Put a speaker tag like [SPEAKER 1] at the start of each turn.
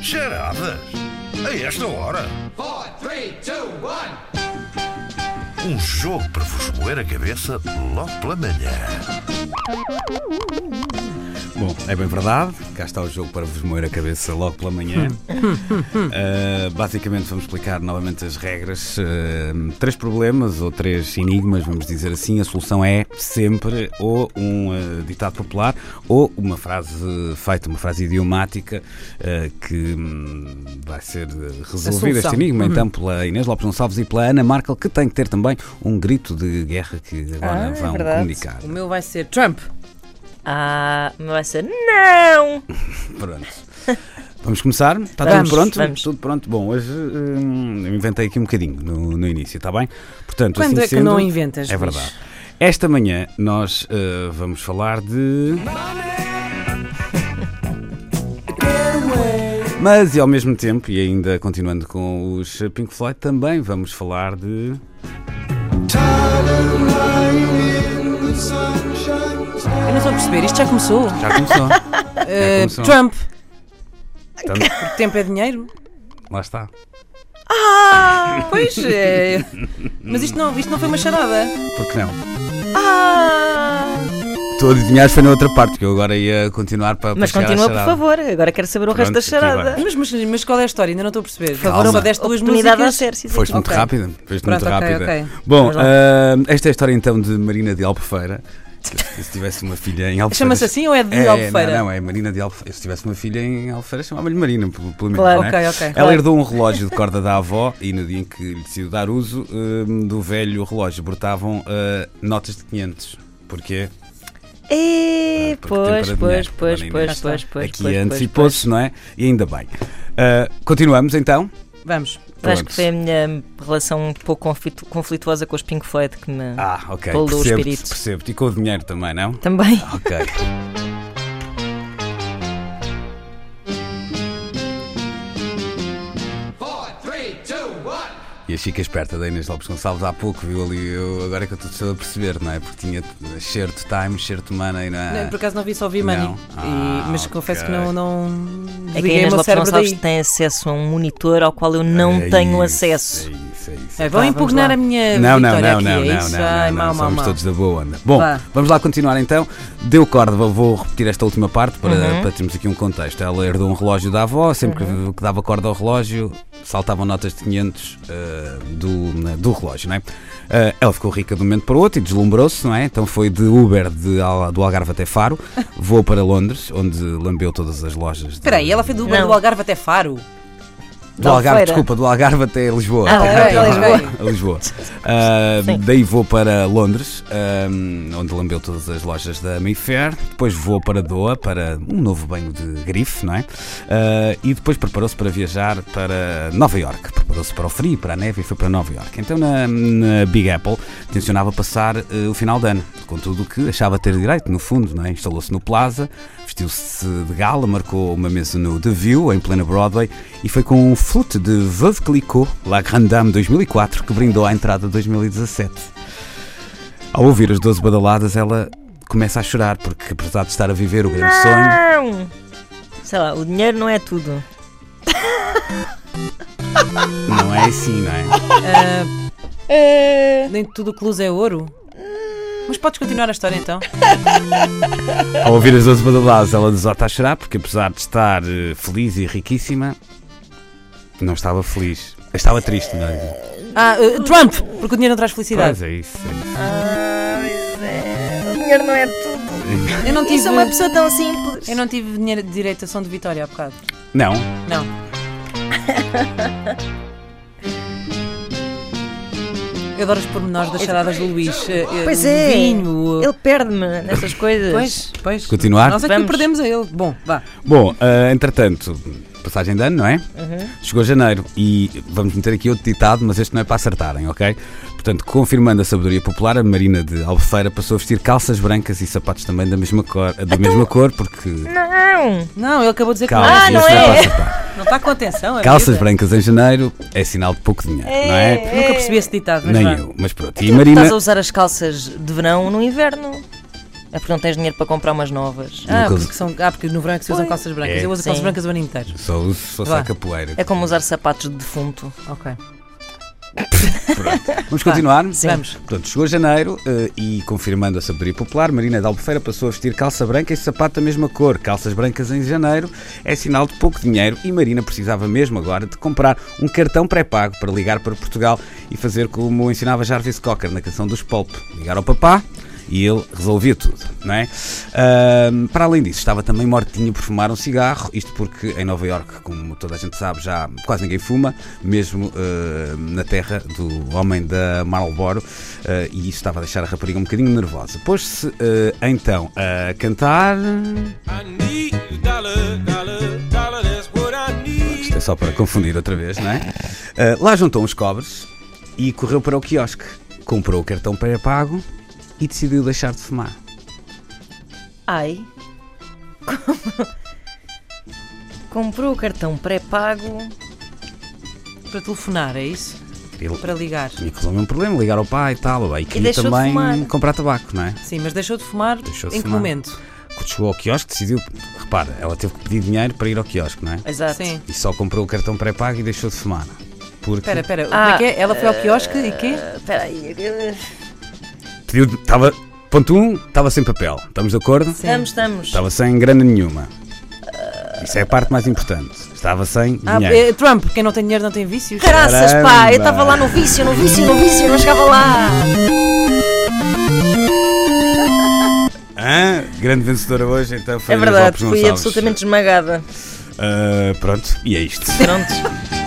[SPEAKER 1] Charadas? A esta hora?
[SPEAKER 2] four, three, two, one.
[SPEAKER 1] Um jogo para vos moer a cabeça logo pela manhã.
[SPEAKER 3] Bom, é bem verdade, cá está o jogo para vos moer a cabeça logo pela manhã.
[SPEAKER 4] Hum.
[SPEAKER 3] Uh, basicamente, vamos explicar novamente as regras. Uh, três problemas ou três enigmas, vamos dizer assim. A solução é sempre ou um uh, ditado popular ou uma frase feita, uma frase idiomática uh, que hum, vai ser uh, resolvida este
[SPEAKER 5] solução.
[SPEAKER 3] enigma.
[SPEAKER 4] Uhum.
[SPEAKER 3] Então, pela Inês Lopes Gonçalves e pela Ana Markel, que tem que ter também um grito de guerra que agora
[SPEAKER 4] Ah, é
[SPEAKER 3] vão
[SPEAKER 4] verdade.
[SPEAKER 3] comunicar.
[SPEAKER 5] O meu vai ser Trump.
[SPEAKER 4] Ah, mas vai ser. Não!
[SPEAKER 3] Pronto. Vamos começar? Está
[SPEAKER 4] Vamos,
[SPEAKER 3] tudo pronto?
[SPEAKER 4] vamos.
[SPEAKER 3] Tudo pronto. Bom, hoje hum, eu inventei aqui um bocadinho no, no início, está bem? Portanto,
[SPEAKER 5] Quando
[SPEAKER 3] assim
[SPEAKER 5] é que
[SPEAKER 3] sendo,
[SPEAKER 5] não inventas,
[SPEAKER 3] É
[SPEAKER 5] Luís?
[SPEAKER 3] verdade. Esta manhã nós eh, vamos falar de. Mas e ao mesmo tempo, e ainda continuando com os Pink Floyd, também vamos falar de.
[SPEAKER 5] Eu não estou a perceber, isto já começou.
[SPEAKER 3] Já começou.
[SPEAKER 5] Eh,
[SPEAKER 3] começou.
[SPEAKER 5] Trump,
[SPEAKER 3] Portanto,
[SPEAKER 5] porque tempo é dinheiro.
[SPEAKER 3] lá está.
[SPEAKER 4] Ah,
[SPEAKER 5] Pois é. Mas isto não, isto não foi uma charada.
[SPEAKER 3] Porque não?
[SPEAKER 4] Ah!
[SPEAKER 3] Estou a adivinhar, foi na outra parte, que eu agora ia continuar para. para
[SPEAKER 4] Mas
[SPEAKER 3] chegar à
[SPEAKER 4] continua, por
[SPEAKER 3] é charada.
[SPEAKER 4] favor. Agora quero saber o
[SPEAKER 3] Pronto,
[SPEAKER 4] resto da
[SPEAKER 3] aqui
[SPEAKER 4] charada.
[SPEAKER 3] vai.
[SPEAKER 5] Mas, mas, mas qual é a história? Ainda não estou a perceber. Por
[SPEAKER 3] Calma.
[SPEAKER 5] Só deste duas
[SPEAKER 4] Oportunidade
[SPEAKER 5] músicas.
[SPEAKER 4] a Cersis.
[SPEAKER 3] Foste muito
[SPEAKER 5] Ok.
[SPEAKER 3] rápida. Foste
[SPEAKER 5] Pronto,
[SPEAKER 3] muito
[SPEAKER 5] ok,
[SPEAKER 3] rápida.
[SPEAKER 5] ok.
[SPEAKER 3] Bom,
[SPEAKER 4] Vamos lá.
[SPEAKER 3] ahm, esta é a história então de Marina de Albufeira. Se, se tivesse uma filha em Albufeira.
[SPEAKER 5] Chama-se assim ou é de Albufeira?
[SPEAKER 3] Não, não, é Marina de Albufeira. Se tivesse uma filha em Albufeira, chamava-lhe Marina, pelo, pelo menos.
[SPEAKER 4] Claro.
[SPEAKER 3] não é?
[SPEAKER 5] Ok, ok,
[SPEAKER 3] Ela
[SPEAKER 5] claro.
[SPEAKER 3] herdou um relógio de corda da avó e no dia em que lhe decidiu dar uso ahm, do velho relógio, brotavam ah, notas de 500. Porquê?
[SPEAKER 4] E,
[SPEAKER 3] Ah, Porque
[SPEAKER 4] pois,
[SPEAKER 3] tempo era
[SPEAKER 4] pois,
[SPEAKER 3] dinheiro,
[SPEAKER 4] pois,
[SPEAKER 3] Marina.
[SPEAKER 4] pois, pois, pois.
[SPEAKER 3] Aqui
[SPEAKER 4] pois,
[SPEAKER 3] antecipou-se, não é? E ainda bem. Ah, continuamos então.
[SPEAKER 5] Vamos.
[SPEAKER 4] pois. Acho
[SPEAKER 3] Pronto.
[SPEAKER 4] que foi a minha relação um pouco conflitu- conflituosa com os Pink Floyd que me.
[SPEAKER 3] Ah, ok.
[SPEAKER 4] Polo do
[SPEAKER 3] Percebo-te,
[SPEAKER 4] espírito.
[SPEAKER 3] percebo-te. E com o dinheiro também, não?
[SPEAKER 4] Também. É
[SPEAKER 3] Ok. E a Chica Esperta da Inês Lopes Gonçalves há pouco viu ali, eu, agora é que eu estou a perceber, não é? Porque tinha share to time, share to money, não é?
[SPEAKER 5] Não, por acaso não vi, só vi Money.
[SPEAKER 3] Não?
[SPEAKER 5] E- mas
[SPEAKER 3] Ah,
[SPEAKER 5] confesso
[SPEAKER 3] ok.
[SPEAKER 5] que não. não
[SPEAKER 4] É que a
[SPEAKER 5] desliguei o
[SPEAKER 4] Inês
[SPEAKER 5] meu
[SPEAKER 4] Lopes
[SPEAKER 5] cérebro
[SPEAKER 4] Gonçalves
[SPEAKER 5] daí.
[SPEAKER 4] tem acesso a um monitor ao qual eu não
[SPEAKER 3] É
[SPEAKER 4] tenho
[SPEAKER 3] isso,
[SPEAKER 4] acesso.
[SPEAKER 3] É isso, é isso.
[SPEAKER 5] É, vão
[SPEAKER 4] Tá, vamos
[SPEAKER 5] impugnar
[SPEAKER 4] lá.
[SPEAKER 5] a minha.
[SPEAKER 3] Não, não,
[SPEAKER 5] vitória
[SPEAKER 3] não,
[SPEAKER 5] aqui,
[SPEAKER 3] não,
[SPEAKER 5] é
[SPEAKER 3] não,
[SPEAKER 5] isso?
[SPEAKER 3] não,
[SPEAKER 5] Ai,
[SPEAKER 3] não,
[SPEAKER 5] mau, mau,
[SPEAKER 3] somos
[SPEAKER 5] mau.
[SPEAKER 3] todos da boa onda. Bom,
[SPEAKER 5] Vá.
[SPEAKER 3] vamos lá continuar então. Deu corda, vou- vou repetir esta última parte para,
[SPEAKER 5] Uhum.
[SPEAKER 3] para termos aqui um contexto. Ela herdou um relógio da avó, sempre que, que dava corda ao relógio, saltavam notas de 500 eh, do, né, do relógio, não é? Eh, ela ficou rica de um momento para o outro e deslumbrou-se, não é? Então foi de Uber de, Al- do Algarve até Faro, voou para Londres, onde lambeu todas as lojas. de-
[SPEAKER 5] Espera aí, ela foi do Uber
[SPEAKER 4] Não.
[SPEAKER 5] do Algarve até Faro.
[SPEAKER 3] do Algarve,
[SPEAKER 4] Albufeira.
[SPEAKER 3] desculpa, do Algarve até Lisboa.
[SPEAKER 4] Ah,
[SPEAKER 3] Até
[SPEAKER 5] ok,
[SPEAKER 3] Lisboa. A Lisboa. Ah,
[SPEAKER 4] Sim.
[SPEAKER 3] daí vou para Londres, ahm, onde lambeu todas as lojas da Mayfair. Depois vou para Doha, para um novo banho de grife, não é? Ah, e depois preparou-se para viajar para Nova York. Preparou-se para o frio, para a neve e foi para Nova York. Então na, na Big Apple tencionava passar eh, o final de ano, com tudo o que achava ter direito, no fundo, não é? Instalou-se no Plaza, vestiu-se de gala, marcou uma mesa no The View, em plena Broadway, e foi com um flute de Veuve Clicquot, La Grande Dame 2004, que brindou à entrada de 2017. Ao ouvir as 12 badaladas, ela começa a chorar, porque apesar de estar a viver o grande sonho,
[SPEAKER 4] Não! Sei lá, o dinheiro não é tudo.
[SPEAKER 3] não é assim, não é?
[SPEAKER 5] Nem tudo o que luz é ouro. Mas podes continuar a história então.
[SPEAKER 3] Ao ouvir as 12 badaladas, ela desota a chorar, porque apesar de estar eh, feliz e riquíssima, não estava feliz. Estava triste, não é?
[SPEAKER 5] Ah, eh, Trump, porque o dinheiro não traz felicidade.
[SPEAKER 3] Pois é isso.
[SPEAKER 4] O dinheiro não é tudo.
[SPEAKER 5] Eu não tive,
[SPEAKER 4] Isso é uma pessoa tão simples.
[SPEAKER 5] eu não tive dinheiro de direito a som de Vitória há bocado.
[SPEAKER 3] Não,
[SPEAKER 5] Não. Eu adoro os pormenores das charadas do Luís. eh, eh,
[SPEAKER 4] Pois
[SPEAKER 5] o
[SPEAKER 4] é.
[SPEAKER 5] Vinho.
[SPEAKER 4] Ele perde-me nessas coisas.
[SPEAKER 5] Pois, pois.
[SPEAKER 3] continuar.
[SPEAKER 5] Nós é que o
[SPEAKER 4] Vamos.
[SPEAKER 5] perdemos a ele. Bom, vá.
[SPEAKER 3] Bom, ah, entretanto, passagem de ano, não é? Chegou janeiro e vamos meter aqui outro ditado, mas este não é para acertarem, ok? Portanto, confirmando a sabedoria popular, a Marina de Albufeira passou a vestir calças brancas e sapatos também da mesma cor, da mesma cor porque.
[SPEAKER 4] Não!
[SPEAKER 5] Não, ele acabou de dizer
[SPEAKER 3] Calma,
[SPEAKER 4] Ah,
[SPEAKER 3] este
[SPEAKER 4] não
[SPEAKER 3] Ah, é
[SPEAKER 4] é.
[SPEAKER 3] para acertar.
[SPEAKER 5] que não está com atenção. é a
[SPEAKER 3] Calças
[SPEAKER 5] miúda.
[SPEAKER 3] brancas em janeiro é sinal de pouco dinheiro, não é?
[SPEAKER 5] Nunca percebi esse ditado, mas
[SPEAKER 3] Nem
[SPEAKER 5] vá.
[SPEAKER 3] eu, mas pronto. E
[SPEAKER 4] Então, Estás
[SPEAKER 3] Marina.
[SPEAKER 4] a usar as calças de verão no inverno. É porque não tens dinheiro para comprar umas novas.
[SPEAKER 5] Ah,
[SPEAKER 3] Nunca-
[SPEAKER 5] porque são, ah, porque no verão é que se usam
[SPEAKER 4] Pois.
[SPEAKER 5] calças brancas.
[SPEAKER 3] É.
[SPEAKER 5] Eu uso calças
[SPEAKER 4] Sim.
[SPEAKER 5] brancas o ano inteiro.
[SPEAKER 3] Só uso se fosse
[SPEAKER 5] Vá.
[SPEAKER 3] a capoeira.
[SPEAKER 4] É como usar sapatos de defunto.
[SPEAKER 5] Ok.
[SPEAKER 3] Vamos continuar?
[SPEAKER 4] Sim.
[SPEAKER 5] Vamos.
[SPEAKER 3] Portanto, chegou janeiro eh, e, confirmando a sabedoria popular, Marina de Albufeira passou a vestir calça branca e sapato da mesma cor. Calças brancas em janeiro é sinal de pouco dinheiro e Marina precisava mesmo agora de comprar um cartão pré-pago para ligar para Portugal e fazer como ensinava Jarvis Cocker na canção dos Pulp. Ligar ao papá e ele resolvia tudo, não é? Ahm, para além disso, estava também mortinho por fumar um cigarro, isto porque em Nova Iorque, como toda a gente sabe, já quase ninguém fuma, mesmo ah, na terra do homem da Marlboro, ah, e isso estava a deixar a rapariga um bocadinho nervosa. Pôs-se ah, então a cantar.
[SPEAKER 6] I need a dollar, dollar, dollar, that's what I need.
[SPEAKER 3] Isto é só para confundir outra vez, não é? Ah, lá juntou uns cobres e correu para o quiosque, comprou o cartão pré-pago e decidiu deixar de fumar.
[SPEAKER 4] Ai. Comprou o cartão pré-pago.
[SPEAKER 5] Para telefonar, é isso?
[SPEAKER 3] Ele-
[SPEAKER 5] Para ligar.
[SPEAKER 3] Tinha que resolver um problema, ligar ao pai e tal. E queria
[SPEAKER 4] deixou de
[SPEAKER 3] também
[SPEAKER 4] fumar.
[SPEAKER 3] comprar tabaco, não é?
[SPEAKER 5] Sim, mas deixou de fumar
[SPEAKER 3] Deixou de
[SPEAKER 5] em
[SPEAKER 3] fumar.
[SPEAKER 5] que momento?
[SPEAKER 3] Quando chegou ao quiosque, decidiu. Repara, ela teve que pedir dinheiro para ir ao quiosque, não é?
[SPEAKER 4] Exato.
[SPEAKER 5] Sim.
[SPEAKER 3] E só comprou o cartão pré-pago e deixou de fumar. Porque
[SPEAKER 5] Espera, espera.
[SPEAKER 4] Ah,
[SPEAKER 5] como é que é? Ela foi ao quiosque e quê?
[SPEAKER 4] Espera aí.
[SPEAKER 3] pediu. Estava. Ponto 1, um, estava sem papel. Estamos de acordo?
[SPEAKER 4] Estamos, estamos.
[SPEAKER 3] Estava sem grana nenhuma. Isso é a parte mais importante. Estava sem
[SPEAKER 5] Ah,
[SPEAKER 3] dinheiro.
[SPEAKER 5] é, Trump, quem não tem dinheiro não tem vícios.
[SPEAKER 4] Caraças, pá! Eu
[SPEAKER 3] Caramba.
[SPEAKER 4] estava lá no vício, no vício, no vício, não chegava lá!
[SPEAKER 3] Hã? Grande vencedora hoje, então foi
[SPEAKER 4] É
[SPEAKER 3] a
[SPEAKER 4] verdade,
[SPEAKER 3] Lopes
[SPEAKER 4] fui
[SPEAKER 3] Gonçalves.
[SPEAKER 4] absolutamente esmagada.
[SPEAKER 3] Ah, pronto, e é isto.
[SPEAKER 4] Pronto.